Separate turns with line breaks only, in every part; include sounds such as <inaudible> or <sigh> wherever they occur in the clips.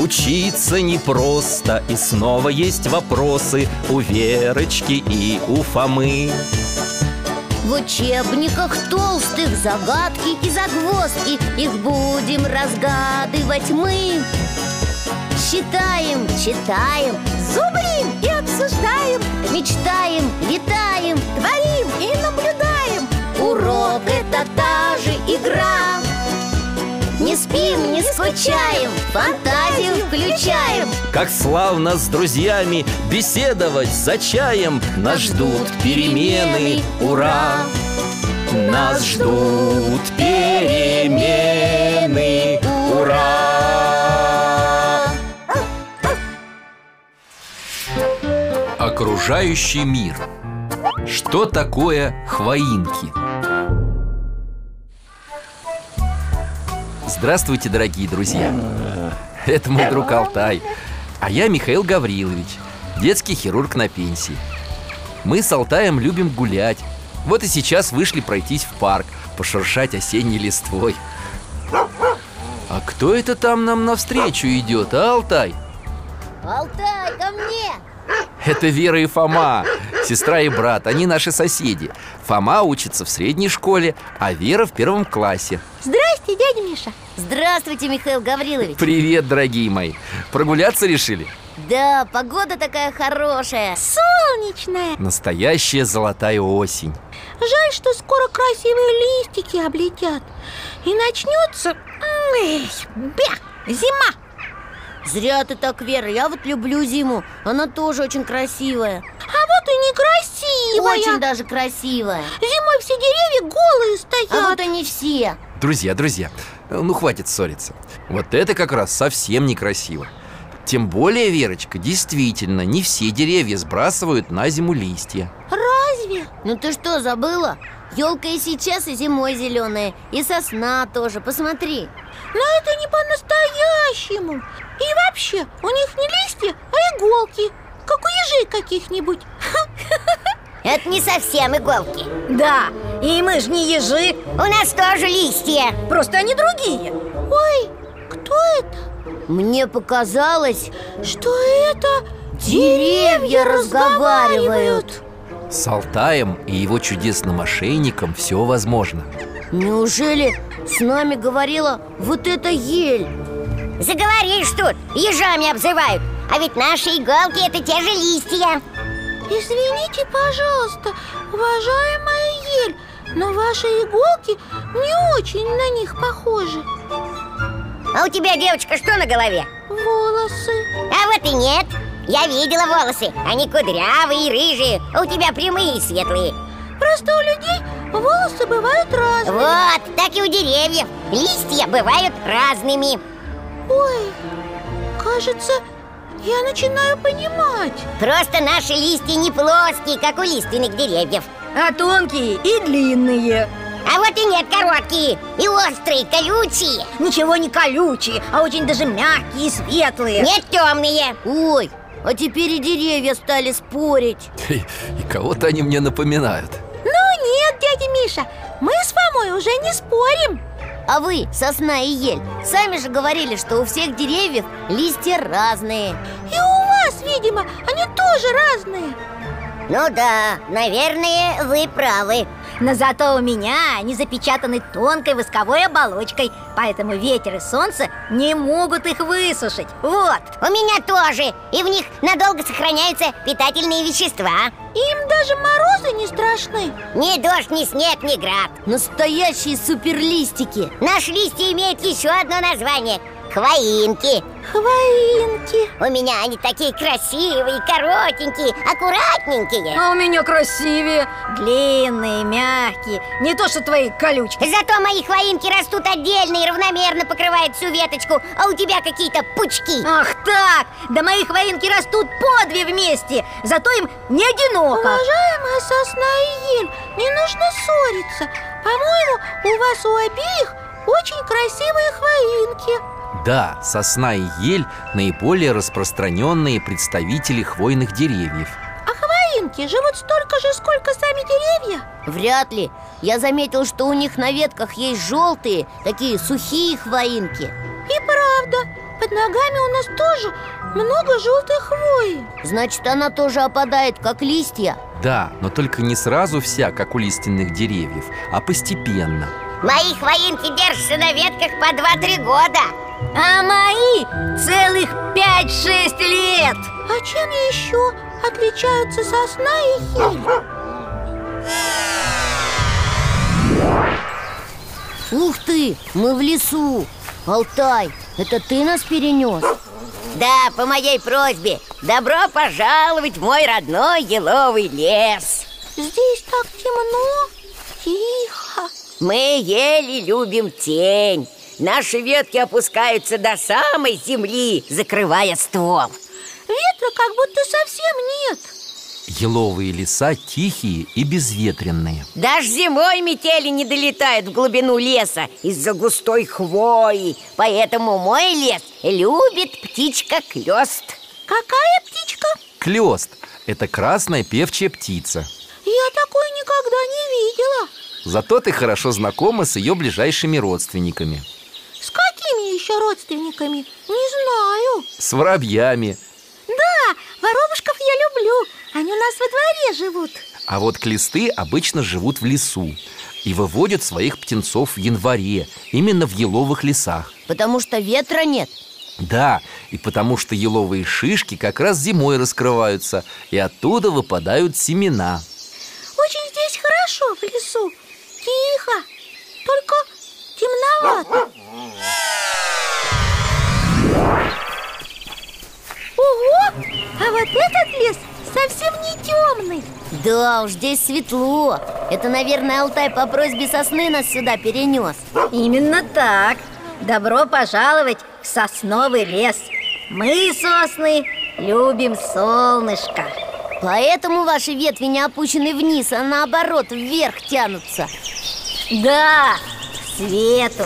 учиться непросто И снова есть вопросы у Верочки и у Фомы
В учебниках толстых загадки и загвоздки Их будем разгадывать мы Считаем, читаем,
зубрим и обсуждаем
мечтаем, летаем
Творим и наблюдаем
Урок – это та же игра Не спим, не скучаем, фантазию включаем
Как славно с друзьями беседовать за чаем Нас ждут перемены, ура! Нас ждут перемены, ура!
Окружающий мир Что такое хвоинки? Здравствуйте, дорогие друзья! Это мой друг Алтай А я Михаил Гаврилович, детский хирург на пенсии Мы с Алтаем любим гулять Вот и сейчас вышли пройтись в парк, пошуршать осенней листвой А кто это там нам навстречу идет, а, Алтай?
Алтай, ко мне!
Это Вера и Фома, сестра и брат, они наши соседи Фома учится в средней школе, а Вера в первом классе
Здрасте, дядя Миша
Здравствуйте, Михаил Гаврилович
Привет, дорогие мои! Прогуляться решили?
Да, погода такая хорошая
Солнечная
Настоящая золотая осень
Жаль, что скоро красивые листики облетят И начнется эх, бя, зима
Зря ты так, Вера, я вот люблю зиму Она тоже очень красивая
А вот и некрасивая
Очень даже красивая
Зимой все деревья голые стоят
А вот они все
Друзья, друзья, ну хватит ссориться Вот это как раз совсем некрасиво Тем более, Верочка, действительно, не все деревья сбрасывают на зиму листья
Разве?
Ну ты что, забыла? Елка и сейчас, и зимой зеленая И сосна тоже, посмотри
Но это не по-настоящему И вообще, у них не листья, а иголки Как у ежей каких-нибудь <laughs>
Это не совсем иголки
Да, и мы же не ежи,
У нас тоже листья
просто они другие
Ой, кто это?
Мне показалось,
Что это?
деревья разговаривают
С Алтаем и его чудесным ошейником все возможно
Неужели с нами говорила вот эта ель?
Заговоришь тут, ежами обзывают А ведь наши иголки это те же листья
Извините, пожалуйста, уважаемая ель Но ваши иголки не очень на них похожи
А у тебя, девочка, что на голове?
Волосы
А вот и нет Я видела волосы Они кудрявые и рыжие А у тебя прямые и светлые
Просто у людей волосы бывают разные
Вот, так и у деревьев Листья бывают разными
Ой, кажется, я начинаю понимать
Просто наши листья не плоские, как у лиственных деревьев
А тонкие и длинные
А вот и нет короткие И острые, колючие
Ничего не колючие, а очень даже мягкие и светлые
Нет темные
Ой, а теперь и деревья стали спорить
И кого-то они мне напоминают
Ну нет, дядя Миша, мы с Фомой уже не спорим
А вы, сосна и ель, сами же говорили, что у всех деревьев листья разные
И у вас, видимо, они тоже разные
Ну да, наверное, вы правы
Но зато у меня они запечатаны тонкой восковой оболочкой Поэтому ветер и солнце не могут их высушить Вот
У меня тоже И в них надолго сохраняются питательные вещества
Им даже морозы не страшны
Ни дождь, ни снег, ни град
Настоящие суперлистики
Наш листья имеет еще одно название Хвоинки
Хвоинки
У меня они такие красивые, коротенькие, аккуратненькие
А у меня красивее Длинные, мягкие Не то, что твои колючки
Зато мои хвоинки растут отдельно и равномерно покрывают всю веточку А у тебя какие-то пучки
Ах так! Да мои хвоинки растут по две вместе Зато им не одиноко
Уважаемая сосна и ель, не нужно ссориться По-моему, у вас у обеих очень красивые хвоинки
Да, сосна и ель – наиболее распространенные представители хвойных деревьев
А хвоинки живут столько же, сколько сами деревья
Вряд ли Я заметил, что у них на ветках есть желтые, такие сухие хвоинки
И правда, под ногами у нас тоже много желтой хвои
Значит, она тоже опадает, как листья
Да, но только не сразу вся, как у лиственных деревьев, а постепенно
Мои хвоинки держатся на ветках по 2-3 года
А мои целых 5-6 лет
А чем еще отличаются сосна и ель?
Ух ты, мы в лесу Алтай, это ты нас перенес?
Да, по моей просьбе Добро пожаловать в мой родной еловый лес
Здесь так темно, тихо
Мы еле любим тень Наши ветки опускаются до самой земли, закрывая ствол
Ветра как будто совсем нет
Еловые леса тихие и безветренные
Даже зимой метели не долетают в глубину леса из-за густой хвои Поэтому мой лес любит птичка клёст
Какая птичка?
Клёст – это красная певчая птица
Я такой никогда не видела
Зато ты хорошо знакома с ее ближайшими родственниками
С какими еще родственниками? Не знаю
С воробьями
Да, воробушков я люблю Они у нас во дворе живут
А вот клесты обычно живут в лесу И выводят своих птенцов в январе Именно в еловых лесах
Потому что ветра нет
Да, и потому что еловые шишки как раз зимой раскрываются И оттуда выпадают семена
Очень здесь хорошо в лесу Тихо Только темновато Ого! А вот этот лес совсем не темный
Да уж, здесь светло Это, наверное, Алтай по просьбе сосны нас сюда перенес
Именно так Добро пожаловать в сосновый лес Мы, сосны, любим солнышко
Поэтому ваши ветви не опущены вниз, а наоборот, вверх тянутся
Да, к свету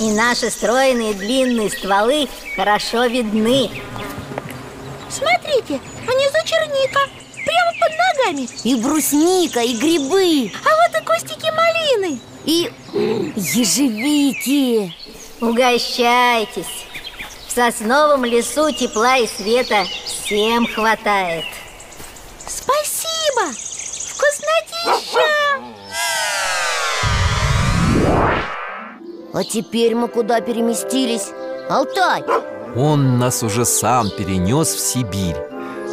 И наши стройные длинные стволы хорошо видны
Смотрите, внизу черника Прямо под ногами
И брусника, и грибы,
А вот и кустики малины
и м, ежевики
Угощайтесь В сосновом лесу тепла и света всем хватает
Спасибо! Вкуснотища!
А теперь мы куда переместились? Алтай,
Он нас уже сам перенес в Сибирь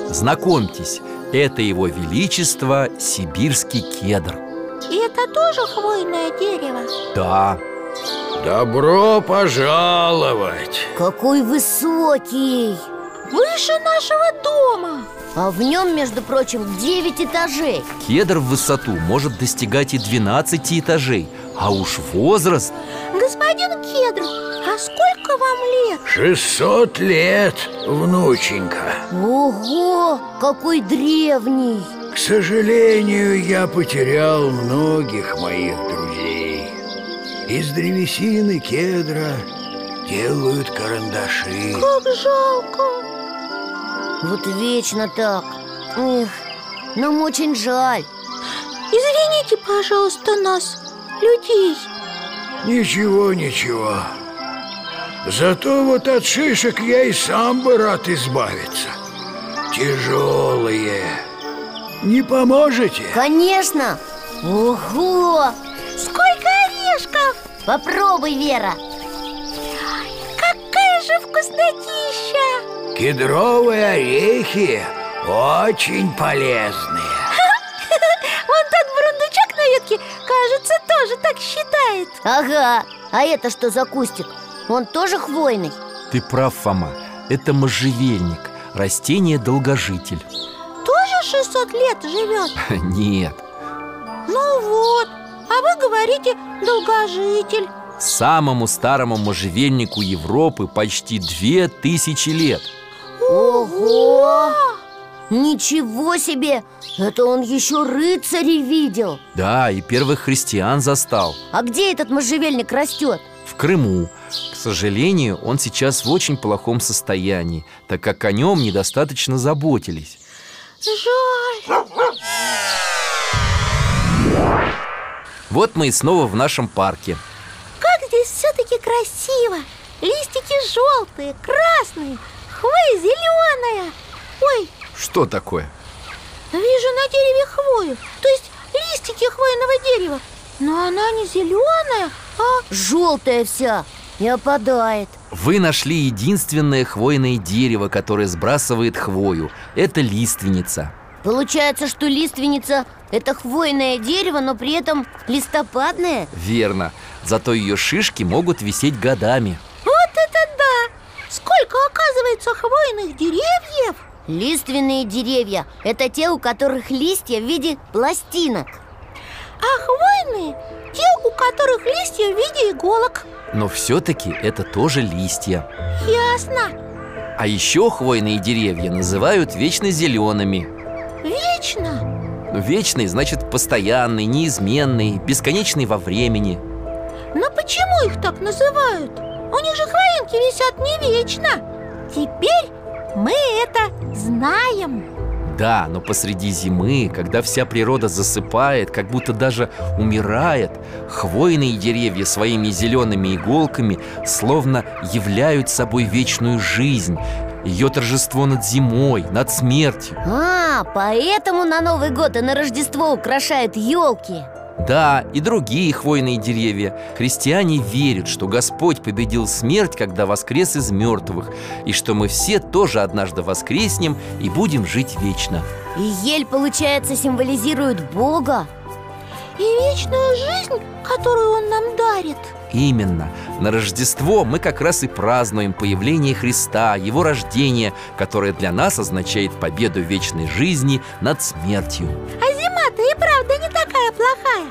Знакомьтесь, это его величество сибирский кедр
И это тоже хвойное дерево
Да,
Добро пожаловать!
какой высокий
Выше нашего дома
А в нем, между прочим, 9 этажей
кедр в высоту может достигать и 12 этажей А уж возраст
Господин Кедр, а сколько вам лет?
600 лет, внученька.
Ого, какой древний
К сожалению, я потерял многих моих друзей. Из древесины кедра делают карандаши.
Как жалко
Вот вечно так Эх, нам очень жаль
Извините, пожалуйста, нас, людей
Ничего, ничего. Зато вот от шишек я и сам бы рад избавиться. Тяжелые. Не поможете?
Конечно Ого,
Сколько орешков!
попробуй, Вера
Какая же вкуснотища!
Кедровые орехи очень полезные.
Вон тот бурундучок на ветке, кажется, тоже так считает
Ага, а это что за кустик? Он тоже хвойный?
Ты прав, Фома, это можжевельник, растение-долгожитель
Тоже 600 лет живет?
<laughs> Нет,
Ну вот, а вы говорите долгожитель
самому старому можжевельнику Европы почти две тысячи лет
Ого! Ничего себе! Это он еще рыцарей видел
Да, и первых христиан застал
А где этот можжевельник растет?
в Крыму. К сожалению, он сейчас в очень плохом состоянии, так как о нем недостаточно заботились.
Жаль
Вот мы и снова в нашем парке.
Как здесь все-таки красиво Листики желтые, красные, хвоя зеленая Ой,
Что такое?
вижу на дереве хвою То есть листики хвойного дерева Но она не зеленая, а
Желтая вся, не опадает
Вы нашли единственное хвойное дерево, которое сбрасывает хвою Это лиственница
Получается, что лиственница – это хвойное дерево, но при этом листопадное
Верно, зато ее шишки могут висеть годами
вот это да! Сколько оказывается хвойных деревьев?
Лиственные деревья – это те, у которых листья в виде пластинок
А хвойные – те, у которых листья в виде иголок
Но все-таки это тоже листья
Ясно,
А еще хвойные деревья называют вечно зелеными
вечно
Вечный значит постоянный, неизменный, бесконечный во времени
Но почему их так называют? У них же хвоинки висят не вечно Теперь мы это знаем
Да, но посреди зимы, когда вся природа засыпает, как будто даже умирает, хвойные деревья своими зелеными иголками словно являют собой вечную жизнь, ее торжество над зимой, над смертью.
А, поэтому на Новый год и на Рождество украшают елки
Да, и другие хвойные деревья. Христиане верят, что Господь победил смерть, когда воскрес из мертвых, и что мы все тоже однажды воскреснем и будем жить вечно.
И ель, получается, символизирует Бога
И вечную жизнь, которую он нам дарит
Именно. На Рождество мы как раз и празднуем появление Христа, Его рождение, которое для нас означает победу вечной жизни над смертью.
А зима-то и правда не такая плохая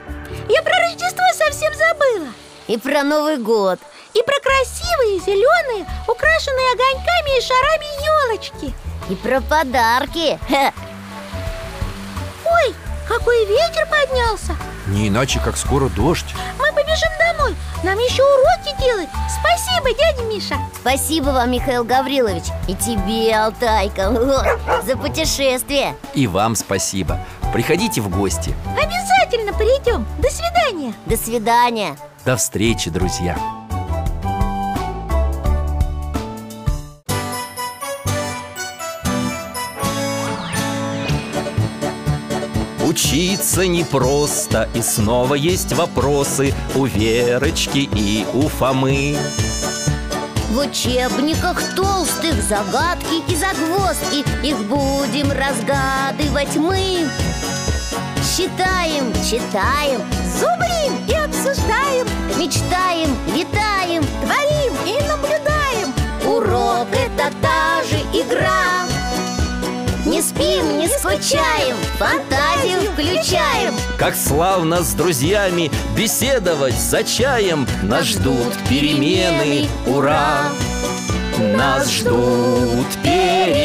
Я про Рождество совсем забыла
и про Новый год
И про красивые зеленые, украшенные огоньками и шарами елочки
И про подарки Ха,
Ой, какой ветер поднялся
Не иначе, как скоро дождь.
Мы побежим домой, нам еще уроки делать Спасибо, дядя Миша
Спасибо вам, Михаил Гаврилович И тебе, Алтайка, <laughs> за путешествие
И вам спасибо. Приходите в гости.
Обязательно придем До свидания
До свидания
До встречи, друзья.
Учиться непросто, и снова есть вопросы у Верочки и у Фомы.
В учебниках толстых загадки и загвоздки Их будем разгадывать мы Считаем, читаем, зубрим и обсуждаем Мечтаем, летаем, творим и наблюдаем Урок — это та же игра Не спим, не скучаем, фантазию включаем
Как славно с друзьями беседовать за чаем Нас ждут перемены, ура! Нас ждут перемены